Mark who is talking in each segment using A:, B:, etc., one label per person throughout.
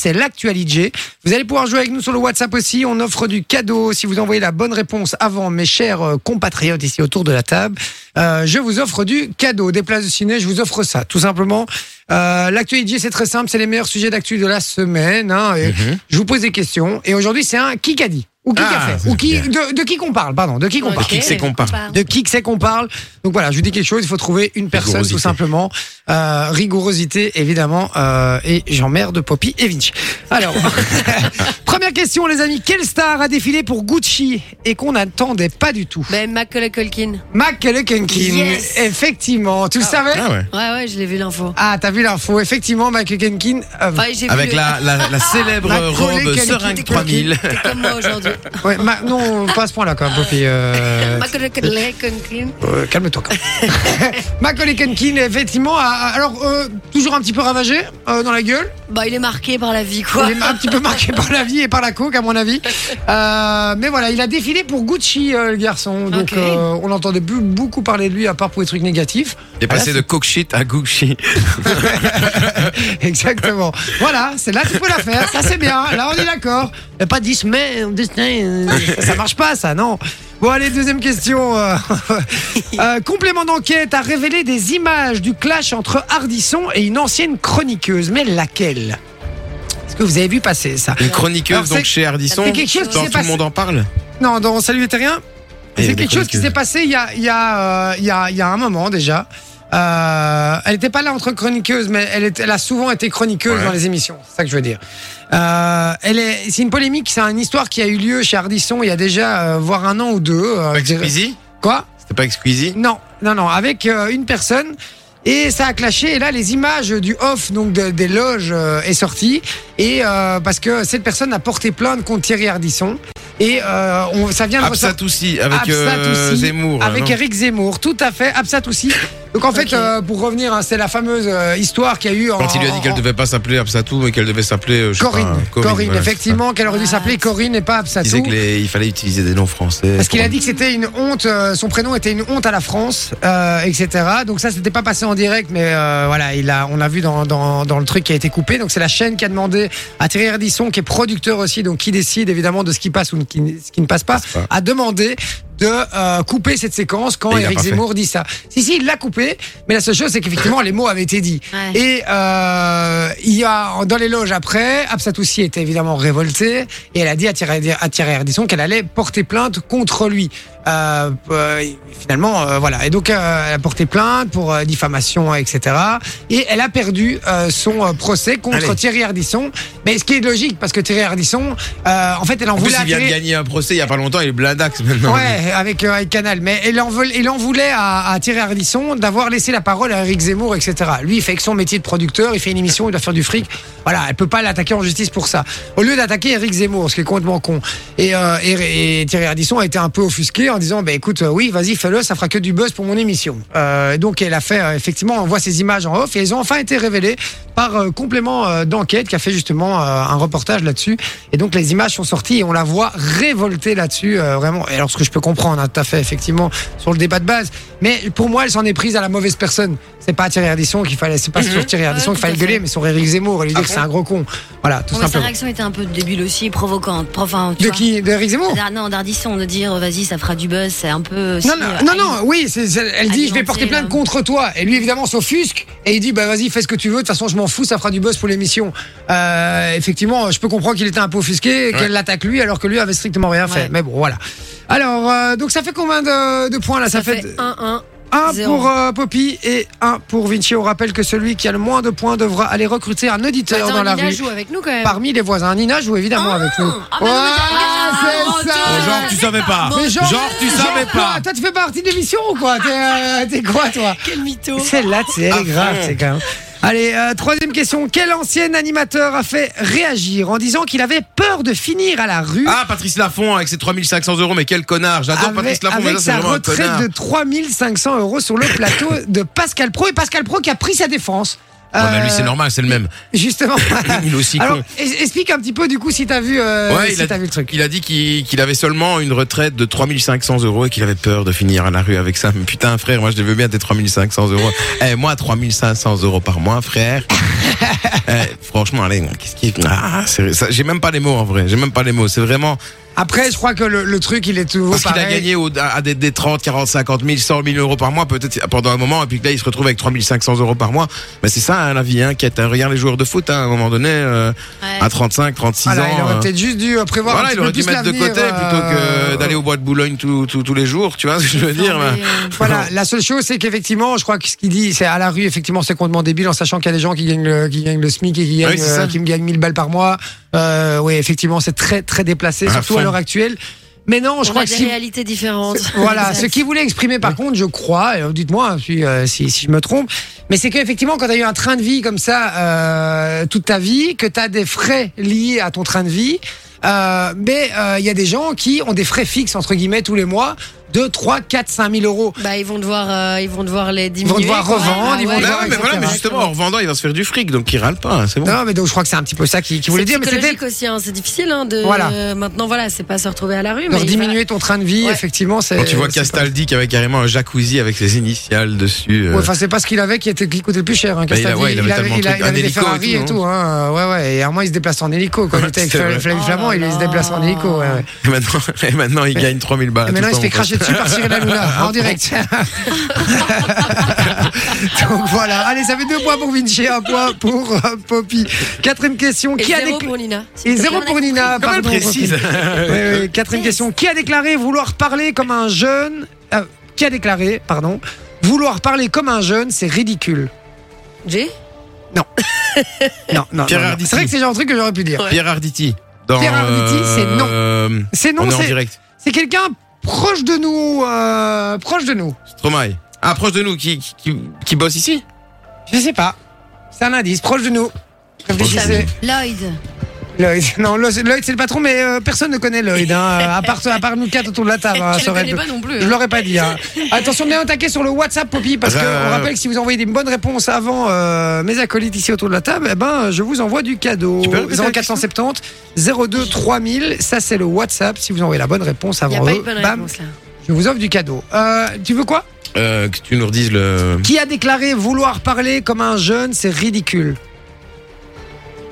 A: c'est l'actualité. Vous allez pouvoir jouer avec nous sur le WhatsApp aussi. On offre du cadeau si vous envoyez la bonne réponse avant, mes chers euh, compatriotes ici autour de la table. Euh, je vous offre du cadeau. Des places de ciné, je vous offre ça, tout simplement. Euh, l'actualité, c'est très simple, c'est les meilleurs sujets d'actu de la semaine. hein, et Je vous pose des questions. Et aujourd'hui, c'est un qui qu'a dit ou qui qu'a
B: Mhm. Ah,
A: fait ou qui
B: bien.
A: de, de qui qu'on parle pardon de qui qu'on
C: Ok,
A: parle
B: qui que c'est qu'on parle
A: de qui que c'est qu'on parle. Donc voilà, je vous dis quelque chose, il faut trouver une personne tout
B: Rigorosité.
A: simplement. Euh, rigorosité, évidemment, euh, et j'emmerde Poppy et Vinci. Alors, première question, les amis, quelle star a défilé pour Gucci et qu'on n'attendait pas du tout
C: Ben, Macaulay Culkin.
A: Macaulay Culkin,
C: Yes.
A: effectivement, tu le savais
B: Ah ouais.
C: Ouais, ouais, je l'ai vu l'info.
A: Ah, t'as vu l'info, effectivement, Macaulay Culkin. euh,
C: Enfin, j'ai vu
B: Avec
C: le-
B: la, la, la célèbre
A: La collée
B: robe
A: qu'elle-
C: T'es
B: Seringue
C: comme-
B: 3000.
C: T'es comme moi aujourd'hui.
A: ouais, Ma- non, pas à ce point-là quand même, Poppy. euh,
C: Macaulay Culkin.
A: Euh, calme-toi. quand même. Macaulay Culkin, effectivement, a- a- alors euh, toujours un petit peu ravagé euh, dans la gueule.
C: Bah, il est marqué par la vie, quoi.
A: Il est un petit peu marqué par la vie et par la coke, à mon avis. Euh, mais voilà, il a défilé pour Gucci, euh, le garçon. Donc,
C: Ok.
A: euh, on n'entendait plus beaucoup parler de lui, à part pour les trucs négatifs.
B: Il est passé de coke shit à gook shit.
A: Exactement. voilà, c'est là tu peux la faire. Ça, c'est bien. Là, on est d'accord. Mais Pas 10 mais euh, Disney, euh, ça marche pas, ça, non. Bon, allez, deuxième question. euh, euh, complément d'enquête a révélé des images du clash entre Hardisson et une ancienne chroniqueuse. Mais laquelle Est-ce que vous avez vu passer ça
B: Une
A: Alors,
B: chroniqueuse
A: c'est-
B: donc chez Ardisson.
A: c'est quelque chose qui
B: Dans
A: s'est
B: tout
A: passé.
B: le monde en parle.
A: Non, dans Salut les Terriens,
B: Et il y
A: c'est
B: a des euh.
A: quelque chose qui
B: chroniqueuses.
A: s'est passé il y a, il y, a, euh, il y, a, il y a un moment déjà. Euh, elle n'était pas là entre chroniqueuse, mais elle, est- elle a souvent été chroniqueuse
B: Ouais.
A: dans les émissions. C'est ça que je veux dire. Euh, elle est, c'est une polémique, c'est une histoire qui a eu lieu chez Ardisson il y a déjà, euh, voire un an ou deux. euh,
B: Pas
A: je dirais.
B: Squeezie
A: Quoi
B: C'était pas Squeezie
A: Non, non, non, avec euh, une personne. Et ça a clashé. Et là, les images du off, donc de- des loges, euh, est sortie. Et euh, parce que cette personne a porté plainte contre Thierry Ardisson. Et euh, on, ça vient de ressortir.
B: Absat aussi avec
A: Absat
B: euh,
A: aussi,
B: Zemmour. là,
A: Avec
B: non
A: Eric Zemmour, tout à fait, Absat aussi. Donc en fait,
C: Ok.
A: euh, pour revenir, hein, c'est la fameuse euh, histoire qu'il y a eu en,
B: Quand il lui a dit qu'elle
A: en-
B: devait pas s'appeler Absatou, mais qu'elle devait s'appeler euh, je sais pas,
A: Corinne, Corinne,
B: voilà,
A: effectivement, qu'elle aurait dû
C: Ah.
A: s'appeler Corinne et pas
B: c'est ça. Il disait
A: Absatou.
B: qu'il fallait utiliser des noms français.
A: Parce qu'il a dit que c'était une honte, euh, son prénom était une honte à la France, euh, etc. Donc ça, c'était pas passé en direct, mais euh, voilà, il a, on a vu dans, dans, dans le truc qui a été coupé. Donc c'est la chaîne qui a demandé à Thierry Ardisson, qui est producteur aussi, donc qui décide évidemment de ce qui passe ou qui, ce qui ne passe pas,
B: pas.
A: a demandé de euh, couper cette séquence quand
B: Et il l'a
A: Eric
B: pas fait.
A: Zemmour dit ça. Si, si, il l'a coupé, mais la seule chose, c'est qu'effectivement, les mots avaient été dits.
C: Ouais.
A: Et euh, il y a dans les loges après, Absatoussi était évidemment révoltée et elle a dit à Thierry, à Thierry Ardisson qu'elle allait porter plainte contre lui. Euh, euh, finalement, euh, voilà. Et donc euh, elle a porté plainte pour euh, diffamation, etc. Et elle a perdu euh, son euh, procès contre
B: Allez.
A: Thierry Ardisson. Mais ce qui est logique parce que Thierry Ardisson, euh, en fait, elle en
B: En plus,
A: voulait. à
B: il vient de
A: Thierry-
B: gagner un procès il y a pas longtemps, il est blindax maintenant.
A: Ouais, avec, euh, avec Canal. Mais il en, veut- il en voulait à, à Thierry Ardisson d'avoir laissé la parole à Eric Zemmour, etc. Lui, il fait que son métier de producteur, il fait une émission, il doit faire du fric. Voilà, elle peut pas l'attaquer en justice pour ça. Au lieu d'attaquer Eric Zemmour, ce qui est complètement con. Et, euh, et- et Thierry Ardisson a été un peu offusqué en disant, bah, écoute, euh, oui, vas-y, fais-le, ça fera que du buzz pour mon émission. Euh, donc elle a fait, euh, effectivement, on voit ces images en off et elles ont enfin été révélées par euh, complément euh, d'enquête qui a fait justement euh, un reportage là-dessus. Et donc les images sont sorties et on la voit révoltée là-dessus, euh, vraiment. Et alors ce que je peux comprendre, hein, tout à fait, effectivement, sur le débat de base. Mais pour moi, elle s'en est prise à la mauvaise personne. C'est pas à Thierry Ardisson qu'il fallait, c'est pas sur Thierry Ardisson
C: Mhm.
A: qu'il
C: Ouais,
A: fallait
C: tout à fait.
A: gueuler, mais sur Eric Zemmour et lui dire
B: Ah
A: que
B: bon
A: c'est un gros con. Voilà, tout
C: Bon, mais sa
A: simplement.
C: réaction était un peu débile aussi, provocante. Enfin, tu
A: De
C: vois.
A: qui D'Eric Zemmour
C: D'Ar- Non, d'Ardisson, de dire oh, vas-y, ça fera du buzz, c'est un peu. aussi,
A: Non,
C: euh,
A: non, non, non, oui, c'est- c'est- elle dit je vais
C: alimenter,
A: porter plainte
C: là.
A: contre toi. Et lui, évidemment, s'offusque et il dit bah vas-y, fais ce que tu veux, de toute façon, je m'en fous, ça fera du buzz pour l'émission. Euh, effectivement, je peux comprendre qu'il était un peu offusqué, et qu'elle l'attaque lui, alors que lui avait strictement rien fait.
C: Ouais.
A: Mais bon, voilà. Alors, euh, donc ça fait combien de, de points là
C: Ça, fait 1-1.
A: un
C: zéro.
A: pour euh, Poppy et un pour Vinci. On rappelle que celui qui a le moins de points devra aller recruter un auditeur dans
C: Attends,
A: la
C: Nina
A: rue.
C: joue avec nous quand même.
A: Parmi les voisins, Nina joue évidemment avec nous.
C: Ah, mais non, mais t'as-
A: Ouais,
C: regarde,
A: c'est
C: ça,
A: ça.
C: menteur.
B: Genre, tu savais pas.
A: Mais
B: Genre, tu
A: genre
B: savais
A: quoi
B: pas.
A: Toi, tu fais partie de l'émission ou quoi T'es euh, t'es quoi, toi
C: Quel mytho
A: Celle-là, c'est
B: Ah,
A: grave,
B: ouais.
A: c'est quand même. Allez, euh, troisième question. Quel ancien animateur a fait réagir en disant qu'il avait peur de finir à la rue
B: Ah, Patrice Laffont avec ses 3500 euros, mais quel connard. J'adore Patrice
A: avec,
B: Laffont, mais
A: avec
B: là, c'est
A: sa
B: vraiment un
A: retraite
B: connard.
A: de 3500 euros sur le plateau de Pascal Pro et Pascal Pro qui a pris sa défense.
B: Ouais, bah,
A: Euh,
B: lui, c'est normal, c'est le même.
A: Justement.
B: Il est aussi
A: Alors,
B: con.
A: es- explique un petit peu du coup si t'as vu, euh,
B: Ouais,
A: si
B: il a,
A: t'as vu le truc.
B: il a dit qu'il qu'il avait seulement une retraite de 3500 euros et qu'il avait peur de finir à la rue avec ça. Mais putain, frère, moi je les veux bien tes 3500 euros. Eh, moi, 3500 euros par mois, frère. Eh, franchement, allez, qu'est-ce qui. Ah, c'est- ça- j'ai même pas les mots en vrai. J'ai même pas les mots. C'est vraiment.
A: Après, je crois que le, le truc, il est toujours
B: Parce qu'il a
A: pareil.
B: gagné au- à à des, des 30, 40, 50 000, 100 000 euros par mois, peut-être pendant un moment, et puis que là, il se retrouve avec 3500 euros par mois. Mais c'est ça, hein, la vie, hein, quête. hein. Regarde les joueurs de foot, hein, à un moment donné, euh,
C: Ouais.
B: à 35, 36
A: Voilà,
B: ans.
A: il aurait
B: euh,
A: peut-être juste dû euh, prévoir un
B: voilà,
A: petit
B: il aurait
A: peu
B: dû
A: plus
B: mettre de
A: l'avenir,
B: côté plutôt
A: euh,
B: que d'aller au bois de Boulogne tous- tous- tous les jours, tu vois ce que je veux dire.
C: Non,
B: mais-
C: mais, euh,
A: Voilà, la seule chose, c'est qu'effectivement, je crois que ce qu'il dit, c'est à la rue, effectivement, c'est complètement débile, en sachant qu'il y a des gens qui gagnent le, qui gagnent le SMIC et qui, gagnent,
B: Ah oui, c'est ça.
A: euh, qui me gagnent 1000 balles par mois. Euh, oui, effectivement, c'est très, très déplacé,
B: À
A: surtout
B: fond.
A: à l'heure actuelle. Mais non, je
C: on
A: crois
C: a
A: que
C: des
A: si-
C: réalités différentes.
A: Voilà,
C: Exact.
A: ce qu'il voulait exprimer par contre, je crois, euh, dites-moi hein, si, euh, si, si je me trompe, mais c'est qu'effectivement, quand tu as eu un train de vie comme ça euh, toute ta vie, que tu as des frais liés à ton train de vie, euh, mais euh, il y a des gens qui ont des frais fixes, entre guillemets, tous les mois, de 3, 4, 5 000 euros.
C: Bah, ils vont devoir, euh, ils vont devoir les
A: vont
C: diminuer.
A: devoir
C: quoi.
A: revendre,
C: Ah
A: ils vont
C: ouais.
B: Bah
A: devoir,
B: ouais, mais
A: etc.
B: voilà, mais justement, en revendant, il va se faire du fric, donc il râle pas, hein, c'est bon.
A: Non, mais donc je crois que c'est un petit peu ça qu'il qui voulait
C: C'est
A: dire, mais c'était
C: psychologique aussi, hein, c'est difficile hein, de.
A: Voilà.
C: euh, maintenant, voilà, c'est pas se retrouver à la rue,
A: de
C: mais. il va-
A: diminuer ton train de vie,
C: Ouais.
A: effectivement. c'est-
B: Quand tu vois
A: c'est pas-
B: Castaldi qui avait carrément un jacuzzi avec ses initiales dessus. euh,
A: Ouais, enfin, c'est pas ce qu'il avait qui était qui coûtait le plus cher. Hein,
B: Bah, il a-
A: Castaldi.
B: ouais, il avait tellement de
A: il a-
B: trucs,
A: il avait
B: un
A: des
B: hélico et
A: Ferrari
B: tout,
A: et tout. hein. Ouais, ouais. Et à moins, il se déplace en hélico. Quand il
B: Ouais,
A: était avec
B: c'est vrai. Ah
A: Fla- Flavie
C: Oh
A: Flamand,
C: là
A: il se
C: là.
A: déplace en hélico. ouais, ouais.
B: et, maintenant, et maintenant, il gagne 3000 balles.
A: Et maintenant,
B: tout
A: il se fait
B: le temps, mon
A: cracher dessus par Cyril Hanouna en direct. Donc voilà. Allez, ça fait deux points pour Vinci, un point pour euh, Poppy. Quatrième question.
C: Et
A: Qui a
C: zéro
A: déc-
C: pour Nina. s'il
A: Et
C: te
A: zéro
C: plaît.
A: pour Nina.
B: Pas mal
A: pardon,
B: précise.
A: Poppy. Oui, oui. Quatrième
C: Yes.
A: question. Qui a déclaré vouloir parler comme un jeune euh, Qui a déclaré, pardon, vouloir parler comme un jeune, c'est ridicule.
C: Jay
A: Non, non,
B: Pierre
A: non, non.
B: Arditi.
A: C'est vrai que c'est le genre de truc que j'aurais pu dire.
C: Ouais.
B: Pierre Arditi. Dans,
A: Pierre Arditi, c'est non.
B: euh,
A: C'est non,
B: on est en
A: c'est,
B: direct.
A: c'est quelqu'un proche de nous, euh, proche de nous.
B: Stromae. Ah, proche de nous, qui, qui- qui, qui bosse ici
A: Je sais pas. C'est un indice, proche de nous. Réfléchissez.
B: Proche
C: Lloyd.
A: Ah, Lloyd. Non, Lloyd, Lloyd, c'est le patron, mais euh, personne ne connaît Lloyd. hein, euh, à, part, à part nous quatre autour de la table. hein,
C: Je
A: ça
C: ne
A: aurait
C: connais
A: pu-
C: pas non plus.
A: Je l'aurais pas dit. hein. Attention, bien attaquer sur le WhatsApp, Poppy, parce que
B: Euh,
A: on rappelle que si vous envoyez des bonnes réponses avant euh, mes acolytes ici autour de la table, eh ben, je vous envoie du cadeau.
B: Tu peux répéter la
A: 0470 02 3000, ça c'est le WhatsApp. Si vous envoyez la bonne réponse
C: Il n'y a
A: avant
C: pas
A: eux,
C: eu de bonne
A: bam,
C: réponse là.
A: je vous offre du cadeau. Euh, tu veux quoi
B: Euh, Que tu nous redises le.
A: Qui a déclaré vouloir parler comme un jeune, c'est ridicule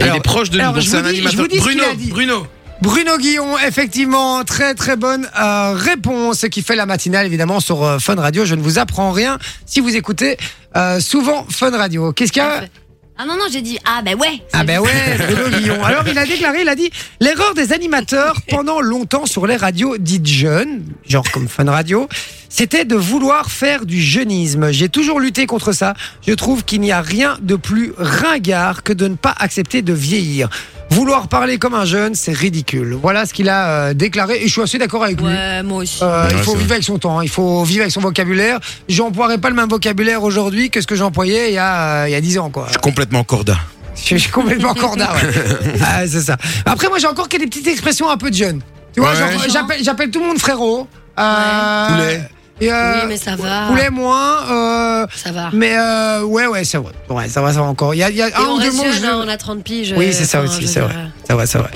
A: Alors,
B: il est proche de nous,
A: alors,
B: donc
A: je
B: c'est
A: vous
B: un
A: dis- je
B: animateur.
A: vous dis ce qu'il
B: Bruno,
A: a dit.
B: Bruno.
A: Bruno Guillon, effectivement, très très bonne euh, réponse, ce qui fait la matinale évidemment sur euh, Fun Radio. Je ne vous apprends rien si vous écoutez euh, souvent Fun Radio. Qu'est-ce qu'il y a
C: Parfait. Ah non, non, j'ai dit, ah ben ouais.
A: Ah
C: c'est-
A: ben ouais, Bruno Guillon. Alors il a déclaré, il a dit l'erreur des animateurs pendant longtemps sur les radios dites jeunes, genre comme Fun Radio, c'était de vouloir faire du jeunisme. J'ai toujours lutté contre ça. Je trouve qu'il n'y a rien de plus ringard que de ne pas accepter de vieillir. Vouloir parler comme un jeune, c'est ridicule. Voilà ce qu'il a euh, déclaré et je suis assez d'accord avec lui.
C: Ouais, moi aussi.
A: Euh, il
B: Ouais,
A: faut
B: c'est
A: vivre
B: vrai.
A: avec son temps, hein. il faut vivre avec son vocabulaire. J'emploierai pas le même vocabulaire aujourd'hui que ce que j'employais il y a euh, il y a 10 ans quoi.
B: Je suis complètement corda.
A: Je suis complètement corda, ouais. Ah, c'est ça. Après, moi, j'ai encore quelques petites expressions un peu de jeune. Tu vois,
B: Ouais.
A: genre, j'appelle, j'appelle tout le monde frérot. Euh,
B: Poulet.
A: et, euh,
C: oui, mais ça va.
A: Poulet moins. euh,
C: Ça va.
A: mais euh, ouais, ouais, c'est vrai. Ouais, ça va, ça va encore. Il y a, il y a
C: Et
A: un
C: on
A: ou deux
C: reste
A: mots.
C: jeune,
A: je-
C: hein, on a 30 piges.
A: Oui, c'est ça
C: enfin,
A: aussi,
C: je
A: c'est
C: veux
A: vrai.
C: dire,
A: C'est vrai, c'est vrai.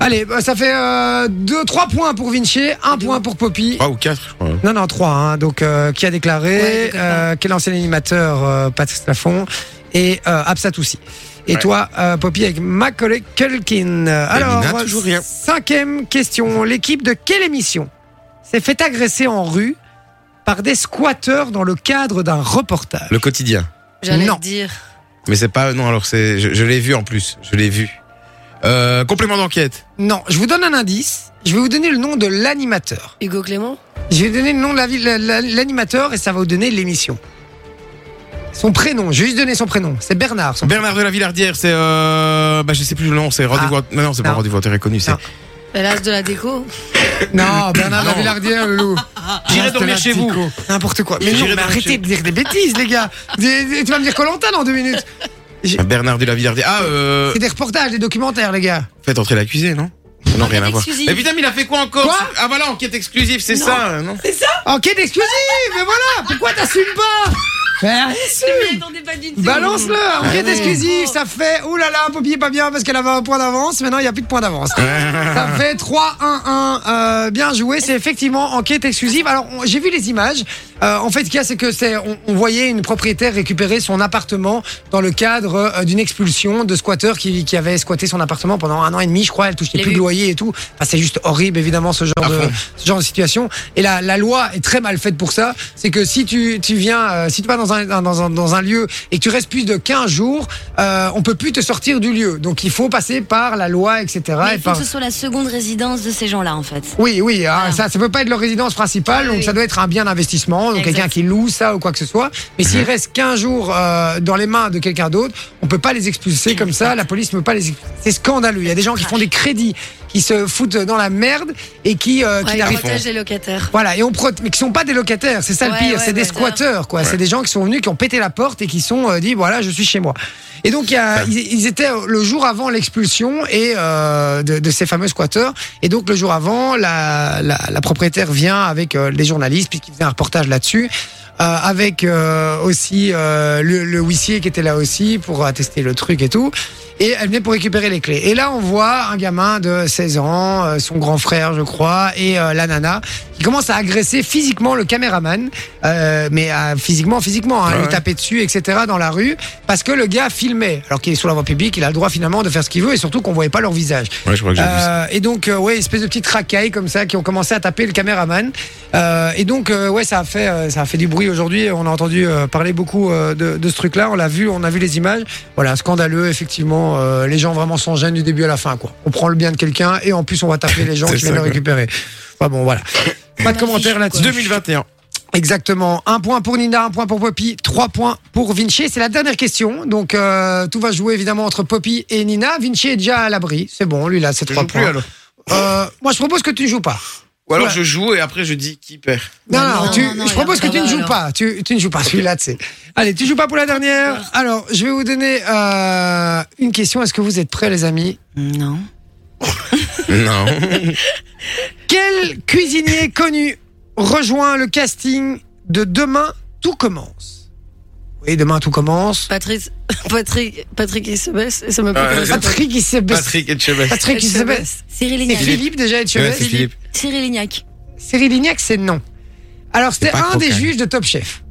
A: Allez, bah, ça fait 2-3 points pour Vinci,
C: Ah,
A: 1 point pour Poppy.
B: 3 ou 4, je crois.
A: Non, non, trois. hein. Donc, euh, qui a déclaré
C: Ouais, d'accord.
A: euh, Quel ancien animateur euh, Patrice Laffont et euh, Absat aussi. Et toi, euh, Poppy, avec ma collègue Kulkin. Euh, Alors,
B: Nina, toujours rien.
A: cinquième question. L'équipe de quelle émission s'est fait agresser en rue par des squatteurs dans le cadre d'un reportage
B: Le quotidien.
C: J'allais
A: Non.
C: te dire.
B: Mais c'est pas. Non, alors c'est. Je, je l'ai vu en plus. Je l'ai vu. Euh, complément d'enquête.
A: Non, je vous donne un indice. Je vais vous donner le nom de l'animateur.
C: Hugo Clément
A: Je vais donner le nom de la ville- la- la- l'animateur et ça va vous donner l'émission. Son prénom, je vais juste donner son prénom. C'est Bernard. Son
B: Bernard de la Villardière, c'est. Euh, bah, je sais plus le nom, c'est Rendez-vous. Non, non, c'est pas
A: Ah. Non.
B: Rendez-vous Terre Inconnue, c'est.
A: Non.
C: L'as de la déco
A: Non, Bernard
B: Ah Non.
A: la Villardière, le loup.
B: J'irai
A: Reste
B: dormir
A: là,
B: chez
A: Tico.
B: vous.
A: N'importe quoi. Mais
B: J'irai
A: non, mais
B: dormir
A: arrêtez
B: chez
A: de dire des bêtises, les gars. Des- des- tu vas me dire Colanta dans deux minutes.
B: Euh. Bernard de la Villardière. Ah, euh.
A: C'est des reportages, des documentaires, les gars.
B: Faites entrer l'accusé, non Non, rien à voir.
C: exclusive.
B: Mais Eh, putain, mais il a fait quoi encore
A: Quoi
B: Ah, voilà, enquête exclusive, c'est ça, euh, non
A: Enquête exclusive, mais voilà. Pourquoi t'assumes pas Mais
C: Je m'y attendais pas du tout.
A: Balance-le,
C: Ah
B: Ah
A: un prix exclusif, ça fait, oulala, là là, Poppy est pas bien parce qu'elle avait un point d'avance, maintenant il n'y a plus de point d'avance. ça fait 3-1-1, euh, bien joué, c'est effectivement enquête exclusive. Alors on- j'ai vu les images, Euh, en fait ce qu'il y a c'est que c'est, on, on voyait une propriétaire récupérer son appartement dans le cadre euh, d'une expulsion de squatteurs qui, qui avait squatté son appartement pendant un an et demi, je crois, elle touchait
C: Je l'ai
A: plus de
C: vu.
A: loyer et tout. Enfin, c'est juste horrible évidemment ce genre,
B: À
A: de,
B: fond.
A: ce genre de situation. Et la, la loi est très mal faite pour ça. C'est que si tu, tu viens, euh, si tu vas dans un, dans, un, dans un lieu et que tu restes plus de 15 jours, euh, on peut plus te sortir du lieu. Donc il faut passer par la loi, etc.
C: Mais
A: et
C: il faut
A: par-
C: que ce soit la seconde résidence de ces gens-là, en fait.
A: Oui, oui, hein,
C: Ah.
A: ça, ça peut pas être leur résidence principale,
C: Ah,
A: donc
C: oui.
A: ça doit être un bien d'investissement, donc
C: Exact.
A: quelqu'un qui loue ça ou quoi que ce soit. Mais s'il reste 15 jours euh, dans les mains de quelqu'un d'autre, on peut pas les expulser comme ça, la police ne peut pas les expulser. C'est scandaleux. Il y a des gens qui font des crédits, qui se foutent dans la merde et qui, euh, qui
C: Ouais,
A: n'arrivent
C: protège les locataires.
A: voilà, et on prot- mais qui sont pas des locataires, c'est ça le
C: Ouais,
A: pire,
C: ouais,
A: c'est des
C: ouais,
A: squatteurs, quoi. C'est des gens qui sont venus, qui ont pété la porte et qui sont euh, dit, voilà, je suis chez moi. Et donc, il y a- ils, ils étaient euh, le jour avant l'expulsion et euh, de, de ces fameux squatteurs. Et donc, le jour avant, la, la, la propriétaire vient avec euh, les journalistes, puisqu'il faisait un reportage là-dessus. euh, avec euh, aussi euh, le, le huissier qui était là aussi pour attester le truc et tout. Et elle venait pour récupérer les clés. Et là, on voit un gamin de 16 ans, euh, son grand frère, je crois, et euh, la nana, qui commence à agresser physiquement le caméraman, euh, mais euh, physiquement, physiquement, hein,
B: Ouais,
A: lui
B: ouais.
A: taper dessus, etc., dans la rue, parce que le gars filmait. Alors qu'il est sur la voie publique, il a le droit finalement de faire ce qu'il veut, et surtout qu'on voyait pas leur visage.
B: Ouais, je crois que j'ai vu ça.
A: Euh, et donc, euh, ouais, espèce de petites racailles comme ça qui ont commencé à taper le caméraman. Euh, et donc, euh, ouais, ça a fait, euh, ça a fait du bruit aujourd'hui. On a entendu euh, parler beaucoup euh, de, de ce truc-là. On l'a vu, on a vu les images. Voilà, scandaleux, effectivement. Euh, les gens vraiment sans gêne du début à la fin, quoi. On prend le bien de quelqu'un et en plus, on va taper les gens
B: C'est
A: qui viennent
B: ça,
A: le
B: quoi.
A: récupérer. Enfin bon, voilà. Pas
B: Euh,
A: de commentaires là-dessus.
B: 2021.
A: Exactement. Un point pour Nina, un point pour Poppy, trois points pour Vinci. C'est la dernière question. Donc, euh, tout va jouer évidemment entre Poppy et Nina. Vinci est déjà à l'abri. C'est bon, lui, là, c'est trois
B: joue
A: points. Euh, moi, je propose que tu ne joues pas.
B: Ou alors
A: Ouais.
B: je joue et après je dis qui perd.
A: Non,
C: Bah
A: non,
C: non,
A: tu-
C: non, non,
A: je
C: il
A: propose
C: en
A: que tu ne
C: va,
A: joues
C: alors.
A: pas. Tu, tu ne joues pas celui-là, tu sais. Allez, tu joues pas pour la dernière. Alors, je vais vous donner euh, une question. Est-ce que vous êtes prêts, les amis
C: Non.
B: Non.
A: Quel cuisinier connu rejoint le casting de Demain tout commence Oui, Demain tout commence.
C: Patrice, Patrick, Patrick Isabès, ça m'a pas
B: Ouais,
C: connu.
B: c'est-
A: Ah, Patrick Isabès.
B: Patrick Etchebest.
A: Patrick Isabès.
C: Cyril
A: C'est
C: Lignac.
B: Philippe.
A: Philippe déjà et
B: Ouais,
A: Cyril
B: c'est Philippe.
C: Cyril Lignac.
A: Lignac, c'est non. Alors, c'était
B: pas
A: un des
B: Croquin.
A: juges de Top Chef.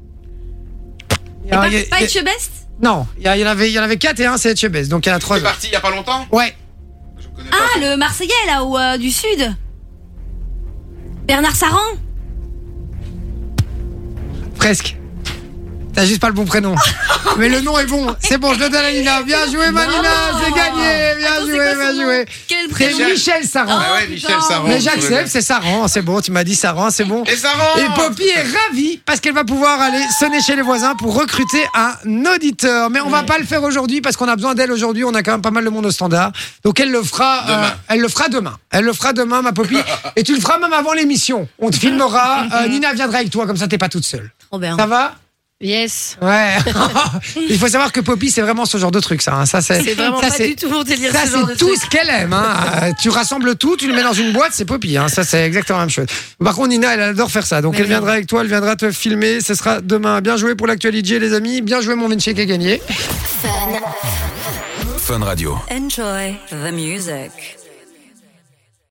C: Et
A: Alors,
C: pas,
A: Ah, il y a-
C: pas
A: il y a-
C: Etchebest
A: Non, il y, a- il y en avait, il y en avait quatre et un, c'est Etchebest, donc il y en a trois.
B: C'est
A: autres.
B: parti il y a pas longtemps
A: Ouais,
B: Je connais pas.
C: Ah, le Marseillais, là, ou euh, du Sud Bernard Saran
A: presque. T'as juste pas le bon prénom. Mais le nom est bon. C'est bon, je le donne à Nina. Bien joué, Manina, c'est gagné. Bien
C: Attends, c'est
A: joué,
C: quoi son
A: bien
C: nom
A: joué.
C: Quel
A: C'est
C: prénom
A: Michel Saran.
B: Ah ouais,
C: Oh,
B: Michel
C: putain.
B: Saran.
A: Mais
B: je connais
A: j'accepte,
B: bien.
A: c'est Saran, c'est bon, tu m'as dit Saran, c'est bon.
B: Et Saran
A: Et Poppy est ravie parce qu'elle va pouvoir aller sonner chez les voisins pour recruter un auditeur. Mais on va pas le faire aujourd'hui parce qu'on a besoin d'elle aujourd'hui. On a quand même pas mal de monde au standard. Donc elle le fera, euh,
B: Demain.
A: elle le fera demain. Elle le fera demain, ma Poppy. Et tu le feras même avant l'émission. On te filmera. Euh, Nina viendra avec toi, comme ça t'es pas toute seule.
C: Trop bien.
A: Ça va
C: Yes.
A: Ouais. Il faut savoir que Poppy, c'est vraiment ce genre de truc, ça. hein. Ça, c'est
C: C'est vraiment
A: ça,
C: pas
A: c'est-
C: du tout mon délire.
A: ça,
C: ce genre
A: c'est
C: de
A: tout
C: truc.
A: ce qu'elle aime. hein. Euh, tu rassembles tout, tu le mets dans une boîte, c'est Poppy. hein. Ça, c'est exactement la même chose. Par contre, Nina, elle adore faire ça. Donc,
C: Mais
A: elle
C: oui.
A: viendra avec toi, elle viendra te filmer. Ce sera demain. Bien joué pour l'actualité, les amis. Bien joué, mon Vinci qui a gagné.
D: Fun Radio.
E: Enjoy the music.